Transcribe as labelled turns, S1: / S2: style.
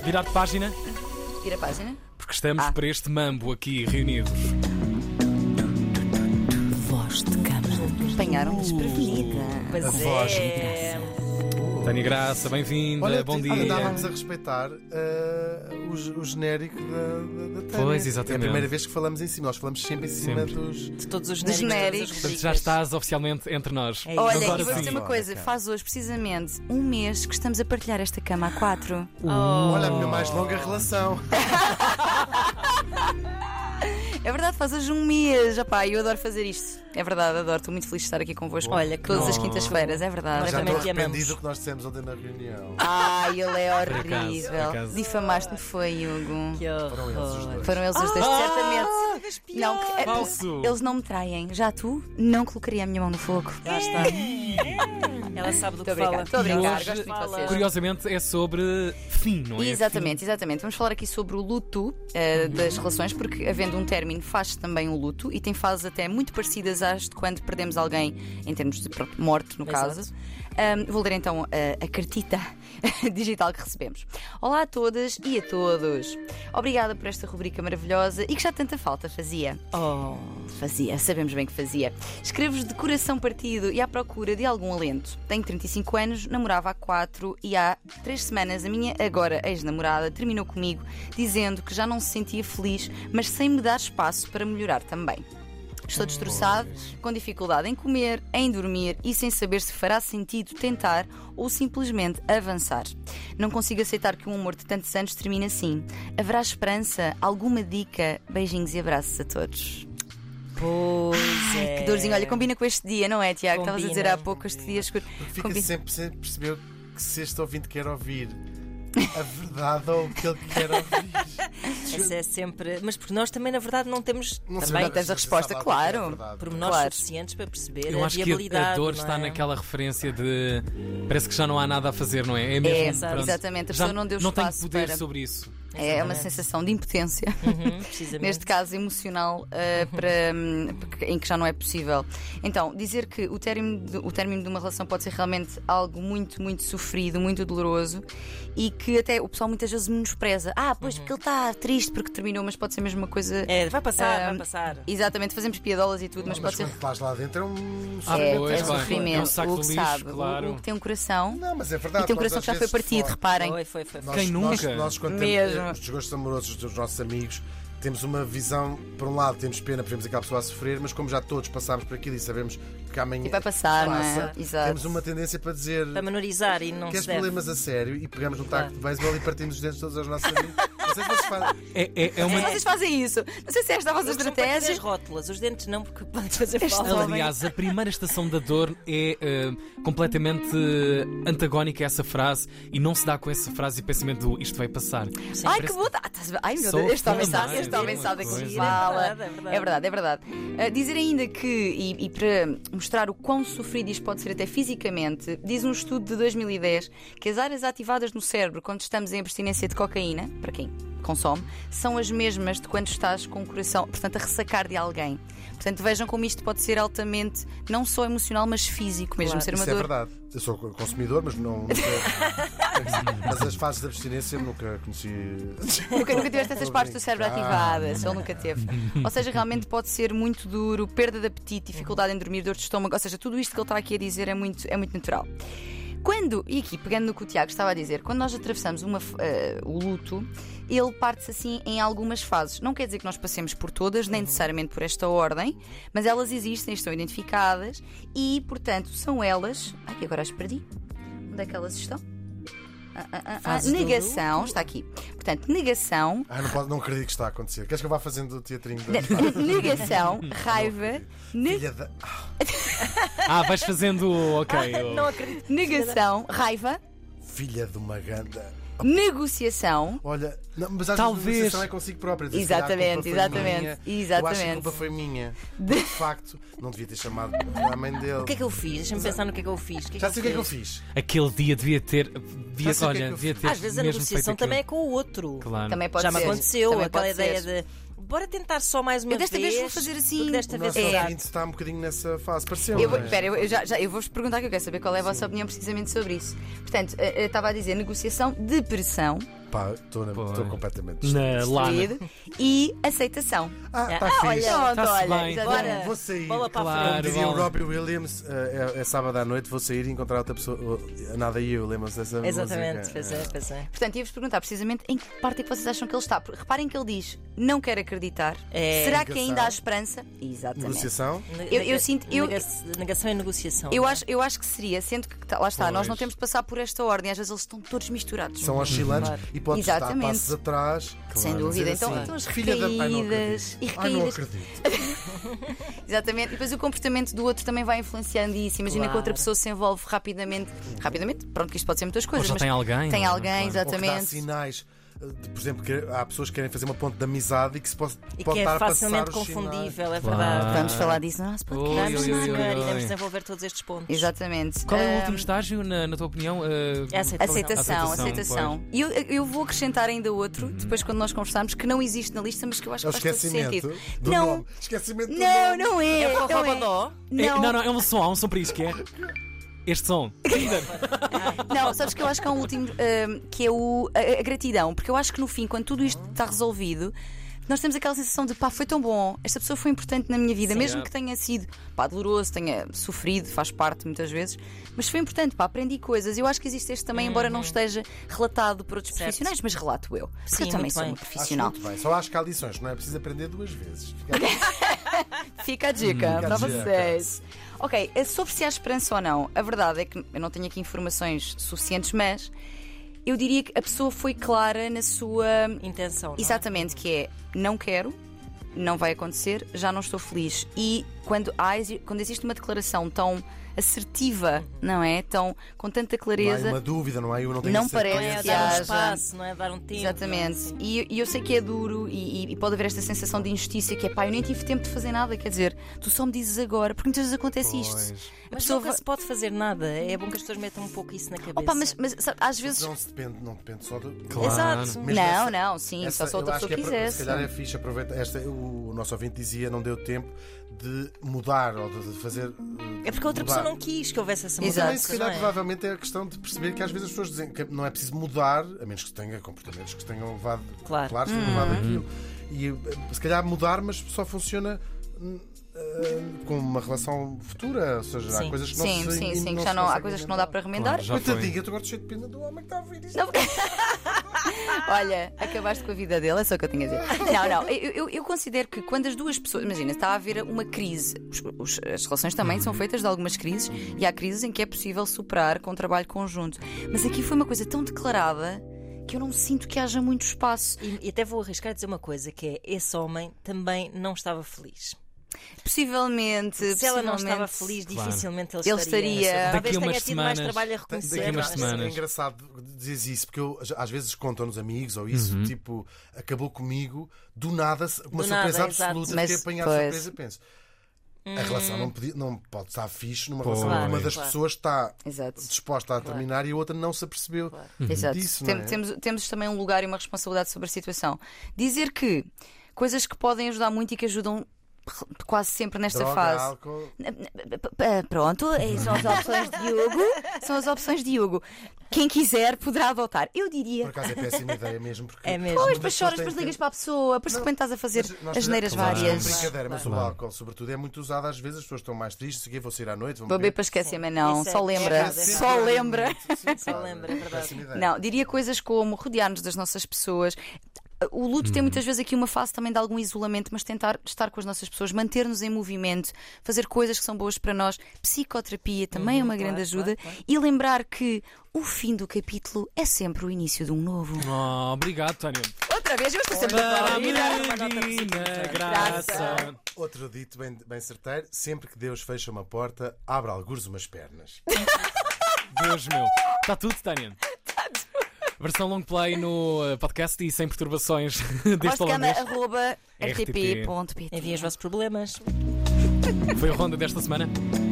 S1: Virar de página,
S2: Vira a página.
S1: porque estamos
S2: Ah.
S1: para este mambo aqui reunidos.
S3: Voz de cama.
S2: Apanharam desprevenida.
S1: A
S2: Mas
S1: voz.
S2: é.
S1: Tânia Graça, bem-vinda,
S4: Olha,
S1: é bom
S4: t-
S1: dia.
S4: Andávamos a respeitar eh, o, g- o genérico da, da, da Tânia.
S1: Pois,
S4: É a
S1: exatamente.
S4: primeira vez que falamos em cima. Nós falamos sempre em cima
S1: Sempre.
S4: dos.
S3: De todos os
S2: Dos
S3: genéricos.
S2: genéricos.
S1: Portanto, já estás oficialmente entre nós.
S3: É isso.
S2: Olha,
S1: Agora
S2: e vou
S1: sim.
S2: dizer uma coisa, faz hoje precisamente um mês que estamos a partilhar esta cama a quatro.
S4: Olha, a minha mais longa relação.
S2: É verdade, faz hoje um mês, opá, eu adoro fazer isto. É verdade, adoro, estou muito feliz de estar aqui convosco. Olha, todas as quintas-feiras, é verdade.
S4: Mas
S2: é
S4: já
S2: verdade.
S4: estou
S3: também te amamos.
S4: arrependido do que nós dissemos ontem na reunião.
S2: Ai, ele é
S1: acaso, por
S2: horrível.
S1: acaso.
S2: Difamaste-me, foi, Hugo.
S3: Que
S4: Foram eles
S2: Oh.
S4: os dois.
S2: Foram eles os dois, certamente. Não, que- é-
S1: Ah! Falso.
S2: eles não me traem. Já tu, não colocaria a minha mão no fogo.
S3: Já está. Ela sabe do
S2: Estou
S3: que
S2: a brincar,
S3: fala.
S2: estou a brincar,
S1: Hoje-
S2: gosto muito de vocês.
S1: Curiosamente é sobre fim, não é?
S2: Exatamente, exatamente. Vamos falar aqui sobre o luto eh, das relações, porque havendo um término faz-se também um luto e tem fases até muito parecidas às de quando perdemos alguém em termos de pronto, morte, no
S3: Exato.
S2: caso. Ahm, vou ler então eh, a cartita digital que recebemos. Olá a todas e a todos. Obrigada por esta rubrica maravilhosa e que já tanta falta fazia.
S3: Oh,
S2: Fazia, sabemos bem que fazia. Escrevo-vos de coração partido e à procura de algum alento. Tenho 35 anos, namorava há 4 e há 3 semanas a minha agora ex-namorada terminou comigo dizendo que já não se sentia feliz, mas sem me dar espaço para melhorar também. Estou destroçado, com dificuldade em comer, em dormir e sem saber se fará sentido tentar ou simplesmente avançar. Não consigo aceitar que um amor de tantos anos termine assim. Haverá esperança? Alguma dica? Beijinhos e abraços a todos.
S3: pois é.
S2: Que dorzinho, olha, combina com este dia, não é, Tiago?
S3: Combina.
S2: Estavas a dizer há pouco este dia escuro.
S4: Fica
S2: Combina.
S1: assim,
S4: sempre sem perceber o que se este ouvinte quer ouvir. A verdade ou o que ele quer ouvir.
S3: Essa é sempre. Mas porque nós também, na verdade, não temos
S2: sei.
S3: também
S2: tens a
S4: se é
S2: resposta,
S4: sabe alguma
S2: claro.
S4: é verdade.
S3: pormenores
S2: Claro.
S3: suficientes para perceber
S1: Eu
S3: a
S1: acho que
S3: viabilidade.
S1: a dor
S3: não
S1: está
S3: é?
S1: naquela referência de parece que já não há nada a fazer, não é? É
S2: É,
S1: mesmo.
S2: exato.
S1: pronto.
S2: exatamente, a
S1: Já
S2: pessoa não deu
S1: Não tenho
S2: espaço
S1: poder
S2: para-
S1: sobre isso.
S2: É uma sensação de impotência,
S3: Uhum, precisamente.
S2: neste caso emocional, eh, para, hum, porque- em que já não é possível. Então, dizer que o término, de, o término de uma relação pode ser realmente algo muito, muito sofrido, muito doloroso e que até o pessoal muitas vezes menospreza. Ah, pois
S1: Uhum.
S2: porque ele está triste porque terminou, mas pode ser mesmo uma coisa.
S3: É, vai passar,
S2: Ah,
S3: vai passar.
S2: Exatamente, fazemos piadolas e tudo, mas,
S4: Mas
S2: pode ser.
S4: quando estás lá dentro é um.
S1: Ah,
S2: É,
S1: pois,
S2: é
S1: claro.
S2: sofrimento.
S1: É um saco
S2: o que
S1: de lixo,
S2: sabe, o-
S1: claro.
S2: o que tem um coração.
S4: Não, mas é verdade.
S2: E tem um
S4: nós
S2: coração
S4: às
S2: que já foi
S4: vezes
S2: partido,
S4: fo-
S2: reparem.
S3: Foi, foi, foi.
S4: Nós-
S1: Quem
S4: nós-
S1: nunca?
S4: Nós, quando
S2: Mesmo.
S4: temos eh, os desgostos amorosos dos nossos amigos, temos uma visão, por um lado, temos pena, porque vemos aquela pessoa a sofrer, mas como já todos passámos por aquilo e sabemos que amanhã
S2: E vai passar, não é?
S4: passa,
S2: Exato.
S4: temos uma tendência para dizer
S3: Para menorizar e não
S4: queres
S3: se deve.
S4: problemas a sério e pegamos um taco de beisebol e partimos os dentes todos aos nossos amigos. Não sei se vocês fazem.
S1: É, é, é uma.
S2: Mas vocês fazem isso. Não sei se esta é a vossa
S3: Eles não partem das
S2: estratégia.
S3: rótulas, os dentes não, porque podem fazer
S2: Este
S3: falta.
S2: homem.
S1: Aliás, a primeira estação da dor é eh, completamente eh, antagónica a essa frase e não se dá com essa frase e pensamento do isto vai passar.
S2: Ai,
S1: Parece-
S2: que boa. Ah, estás- Ai, meu
S1: Sou
S2: Deus, este homem
S1: fã
S2: sabe,
S1: mais,
S2: este homem
S1: uma
S2: sabe
S1: coisa.
S2: aqui
S1: É
S2: fala.
S3: verdade, é verdade.
S2: É verdade, é verdade. Ah, dizer ainda que, e, e para mostrar o quão sofrido isto pode ser até fisicamente, diz um estudo de 2010 que as áreas ativadas no cérebro quando estamos em abstinência de cocaína, para quem consome, são as mesmas de quando estás com o coração, portanto, a ressacar de alguém. Portanto, vejam como isto pode ser altamente, não só emocional, mas físico mesmo,
S3: Claro.
S2: ser uma
S4: Isso é
S2: dor.
S4: verdade. Eu sou consumidor, mas não. nunca- mas as fases de abstinência eu nunca conheci.
S2: Nunca, nunca tiveste essas
S4: Estou a
S2: partes do cérebro
S4: brincar.
S2: ativadas, ele nunca teve. Ou seja, realmente pode ser muito duro, perda de apetite, dificuldade em dormir, dor de estômago, ou seja, tudo isto que ele está aqui a dizer é muito, é muito natural. Quando, e aqui pegando no que o Tiago estava a dizer, quando nós atravessamos uma, f- eh, o luto, ele parte-se assim em algumas fases. Não quer dizer que nós passemos por todas, nem necessariamente por esta ordem, mas elas existem, estão identificadas e, portanto, são elas. Ai, que agora as perdi. Onde é que elas estão? Ah, ah, ah, ah,
S3: Fases do
S2: negação, está aqui. Portanto, negação,
S4: Ah, não, pode, não acredito que está a acontecer. Queres que eu vá fazendo o teatrinho da.
S2: negação, raiva, ne-
S4: Filha da.
S1: Ah, vais fazendo. Ok. eu-
S3: Não acredito.
S2: negação, raiva,
S4: Filha de uma ganda.
S2: negociação.
S4: Olha, não, mas às
S1: Talvez.
S4: vezes a negociação é consigo própria. dizer,
S2: Exatamente,
S4: "Ah, a culpa foi
S2: exatamente,
S4: minha." Eu acho que
S2: exatamente.
S4: a culpa foi minha. De facto, não devia ter chamado a mãe dele.
S3: O que é que eu fiz? Deixa-me pensar no que é que eu fiz.
S4: Já sei o que é que eu
S3: fiz?
S4: fiz.
S1: Aquele dia devia ter. Devia,
S4: Não sei o que é que
S1: olha,
S4: eu
S1: devia
S4: fiz.
S1: ter.
S3: Às vezes a
S1: mesmo feito
S3: negociação
S1: aquilo.
S3: também é com o outro.
S1: Claro.
S2: Também pode
S3: Já
S2: ser.
S3: me aconteceu
S2: Também
S3: aquela
S2: pode
S3: ideia
S2: ser.
S3: de bora tentar só mais uma
S2: Eu desta vez
S3: vez.
S2: vou fazer assim.
S3: porque Desta
S4: O
S3: vez
S4: nosso
S2: É.
S4: ouvinte está um bocadinho nessa fase. Pareceu.
S2: Eu, vou-
S4: não é?
S2: espera, eu, eu já, já- eu vou-vos perguntar que eu quero saber qual é a vossa opinião precisamente sobre isso. Portanto, eh, eh, estava a dizer negociação, depressão,
S4: Pá, estou na-
S1: Pois.
S4: estou completamente
S1: Na lana.
S2: Destruído. E aceitação.
S4: Ah, está
S3: Ah,
S4: fixe.
S2: Olha,
S1: Tá-se
S2: olha,
S1: bem.
S2: já
S3: Bora.
S2: deu.
S4: Vou sair.
S3: Bola para
S1: Claro.
S3: a
S4: Como
S3: frente.
S4: dizia o
S1: Bom.
S4: Robbie Williams, eh, é, é sábado à noite, vou sair e encontrar outra pessoa. oh, Nada eu, lembram-se dessa
S3: Exatamente,
S4: música?
S3: pois é, pois é.
S2: Portanto, ia-vos perguntar precisamente em que parte é que vocês acham que ele está. Porque Reparem que ele diz não quero acreditar.
S3: É,
S2: Será que ainda
S4: negação.
S2: há esperança? Exatamente.
S4: Negociação?
S2: Eu- eu sinto- eu-
S3: Nega- Negação e negociação. é?
S2: Eu acho, eu acho que seria, sendo que tá- lá está, nós não
S1: Pois.
S2: temos de passar por esta ordem, às vezes eles estão todos misturados.
S4: São oscilantes
S3: Claro.
S4: e podes
S2: Exatamente.
S4: estar passos atrás.
S2: Sem dúvida.
S4: dizer assim,
S2: Então, então as
S4: filha da... Ai, não
S2: recaídas e
S4: acredito. Ai, não
S2: recaídas.
S4: acredito.
S2: Exatamente. E depois o comportamento do outro também vai influenciando isso. Imagina que
S3: Claro.
S2: outra pessoa se envolve rapidamente. Rapidamente, pronto, que isto pode ser muitas
S1: Ou
S2: coisas.
S1: já
S2: mas
S1: tem alguém.
S2: tem
S1: não é?
S2: alguém,
S1: Claro.
S4: Ou que dá
S2: exatamente.
S4: sinais. eh, de- Por exemplo, que há pessoas que querem fazer uma ponte de amizade e que se pode,
S3: E
S4: pode
S3: que
S4: estar
S3: é
S4: a passar
S3: facilmente
S4: os sinais.
S3: confundível, é
S1: Claro.
S3: verdade.
S2: Vamos falar disso no nosso
S1: Oi,
S2: podcast.
S1: oi,
S3: Vamos
S1: oi, oi,
S3: sacar e
S1: oi.
S3: vamos desenvolver todos estes pontos.
S2: Exatamente.
S1: Qual é o
S2: Ah,
S1: último estágio, na, na tua opinião? eh,
S3: É aceitável.
S2: Aceitação,
S1: Aceitação,
S2: aceitação. E eu, eu vou acrescentar ainda outro, depois quando nós conversarmos, que não existe na lista, mas que eu acho
S4: Uhum. É o
S2: que faz todo
S4: esquecimento
S2: sentido.
S4: do
S2: não,
S4: nome. Esquecimento do
S2: não,
S4: nome.
S2: não é.
S3: É o
S2: não é.
S3: Robodó.
S1: é-
S2: Não,
S1: não, é um som, há um som para isso que é. Este som.
S2: Não, sabes que eu acho que há um último hum, que é o, a, a gratidão, porque eu acho que no fim, quando tudo isto está resolvido, nós temos aquela sensação de pá, foi tão bom, esta pessoa foi importante na minha vida, mesmo
S1: É.
S2: que tenha sido pá, doloroso, tenha sofrido, faz parte muitas vezes, mas foi importante, pá, aprendi coisas. Eu acho que existe este também, embora não esteja relatado por outros
S3: Uhum. Certo.
S2: profissionais, mas relato eu, porque
S3: Sim,
S2: eu também
S3: muito
S2: sou
S3: bem.
S2: uma
S3: Acho
S4: Acho
S2: profissional.
S4: muito bem. Só acho que há lições, não é preciso aprender duas vezes. Fica-
S2: Fica a dica
S4: Fica a
S2: para
S4: dica.
S2: vocês. Ok, eh, sobre se há esperança ou não, a verdade é que eu não tenho aqui informações suficientes, mas eu diria que a pessoa foi clara na sua.
S3: Intenção. não é?
S2: Exatamente, que é não quero, não vai acontecer, já não estou feliz. E quando, há, exi- quando existe uma declaração tão assertiva, não é? Tão, com tanta
S4: Não há
S2: clareza.
S4: uma dúvida, não há eu não tenho
S2: Não
S4: certeza.
S2: parece.
S3: É
S2: Que
S3: dar um
S2: haja.
S3: espaço, não é? Dar um tempo.
S2: Exatamente. E, e eu sei que é duro e, e- e pode haver esta sensação de injustiça que é pá, eu nem tive tempo de fazer nada, quer dizer, tu só me dizes agora, porque muitas vezes acontece isto.
S1: Pois.
S2: A
S3: Mas
S2: pessoa
S3: nunca
S2: vai-
S3: se pode fazer nada. É bom que as pessoas metam um pouco isso na cabeça.
S2: Opa, mas, mas sabe, às vezes.
S4: Não se depende, não depende só do.
S1: Claro.
S3: Exato.
S4: Mesmo assim,
S2: não,
S4: essa-
S2: não, sim, só
S4: Essa-
S2: se a
S4: eu
S2: outra
S4: acho
S2: pessoa
S4: que é para-
S2: quisesse.
S4: Se calhar é fixe aproveitar. Esta, o, o nosso ouvinte dizia não deu tempo de mudar ou de, de fazer.
S3: É porque a outra pessoa não quis que houvesse essa
S2: Exato.
S3: mudança.
S4: Também, se calhar,
S3: não é?
S4: provavelmente é a questão de perceber que às vezes as pessoas dizem que não é preciso mudar, a menos que tenha comportamentos que tenham levado.
S3: Claro.
S4: que tenham levado aquilo. E eh, se calhar mudar, mas só funciona. hum, eh, com uma relação futura, ou seja, há
S3: Sim.
S4: coisas que é- não
S2: Sim,
S4: se
S2: sim, sim, que
S4: se é
S2: já não, há
S4: consegue
S2: coisas que não dá
S4: inventar.
S2: para remendar.
S1: Claro, já foi.
S4: Coitadinha, eu agora cheio de pena do homem que está a ouvir isto.
S2: Olha, acabaste com a vida dele, é só o que eu tinha a dizer. Não, não, eu, eu- eu considero que quando as duas pessoas. Imagina, está a haver uma crise. Os- os- as relações também
S4: Uhum.
S2: são feitas de algumas crises e há crises em que é possível superar com trabalho conjunto. Mas aqui foi uma coisa tão declarada que eu não sinto que haja muito espaço.
S3: E, e até vou arriscar a dizer uma coisa: que é esse homem também não estava feliz.
S2: Possivelmente.
S3: Se ela não estava
S2: possivelmente-
S3: feliz,
S1: Claro.
S3: dificilmente ele,
S2: Ele estaria-
S3: Talvez
S1: Daqui a
S3: tenha
S1: umas
S3: tido
S1: semanas.
S3: mais trabalho a
S4: Tem-
S3: reconhecer.
S1: daqui a umas
S3: não é?
S1: semanas.
S4: É engraçado dizeres isso, porque eu às vezes contam-nos amigos ou isso,
S2: Uhum.
S4: tipo, acabou comigo, do nada, uma
S3: Do nada,
S4: surpresa
S3: exato.
S4: absoluta,
S2: Mas,
S4: fiquei apanhado de
S2: pois.
S4: surpresa e penso. A relação
S3: Hum.
S4: não, podia- não pode estar fixe numa relação
S1: Claro.
S4: em que uma das
S3: Claro.
S4: pessoas está
S2: Exato.
S4: disposta a terminar e a outra não se apercebeu
S2: Exato.
S4: disso,
S2: Tem-
S4: não é?
S2: temos, temos também um lugar e uma responsabilidade sobre a situação. Dizer que coisas que podem ajudar muito e que ajudam quase sempre nesta
S4: Droga,
S2: fase.
S4: álcool,
S2: P- Pronto, eh, são as opções de Hugo. São as opções de Hugo. Quem quiser poderá adotar. Eu
S4: por
S2: diria.
S4: acaso é péssima ideia mesmo. Porque
S3: É mesmo.
S4: uma
S2: Pois,
S4: das
S2: depois
S4: pessoas
S2: choras,
S4: tem
S2: depois
S4: que-
S2: ligas para a pessoa, depois de repente estás a fazer
S4: Mas nós
S2: as neiras
S4: fizemos
S2: várias.
S4: uma brincadeira, mas o
S1: Claro.
S4: álcool, sobretudo, é muito usado às vezes. As pessoas estão mais tristes, aqui vou sair à noite, vão
S2: Vou beber
S4: beber.
S2: para esquecer, mas não,
S3: Isso é-
S2: só
S3: é
S2: lembra.
S3: verdade, é
S2: Só lembra.
S3: Só lembra, é verdade.
S4: Péssima ideia.
S2: Não, diria coisas como rodear-nos das nossas pessoas. O luto tem muitas vezes aqui uma fase também de algum isolamento, mas tentar estar com as nossas pessoas, manter-nos em movimento, fazer coisas que são boas para nós. Psicoterapia também é uma grande ajuda. E lembrar que o fim do capítulo é sempre o início de um novo.
S1: Oh, obrigado, Tânia.
S2: Outra vez, eu estou sempre
S1: Para a
S3: Obrigada.
S1: menina graça.
S4: Outro dito bem, bem certeiro: sempre que Deus fecha uma porta, abre algures umas pernas.
S1: Deus meu. Está tudo, Tânia? Versão long play no eh, podcast e sem perturbações deste holandês.
S2: rtp.pt
S3: Enviem os vossos problemas.
S1: Foi a ronda desta semana.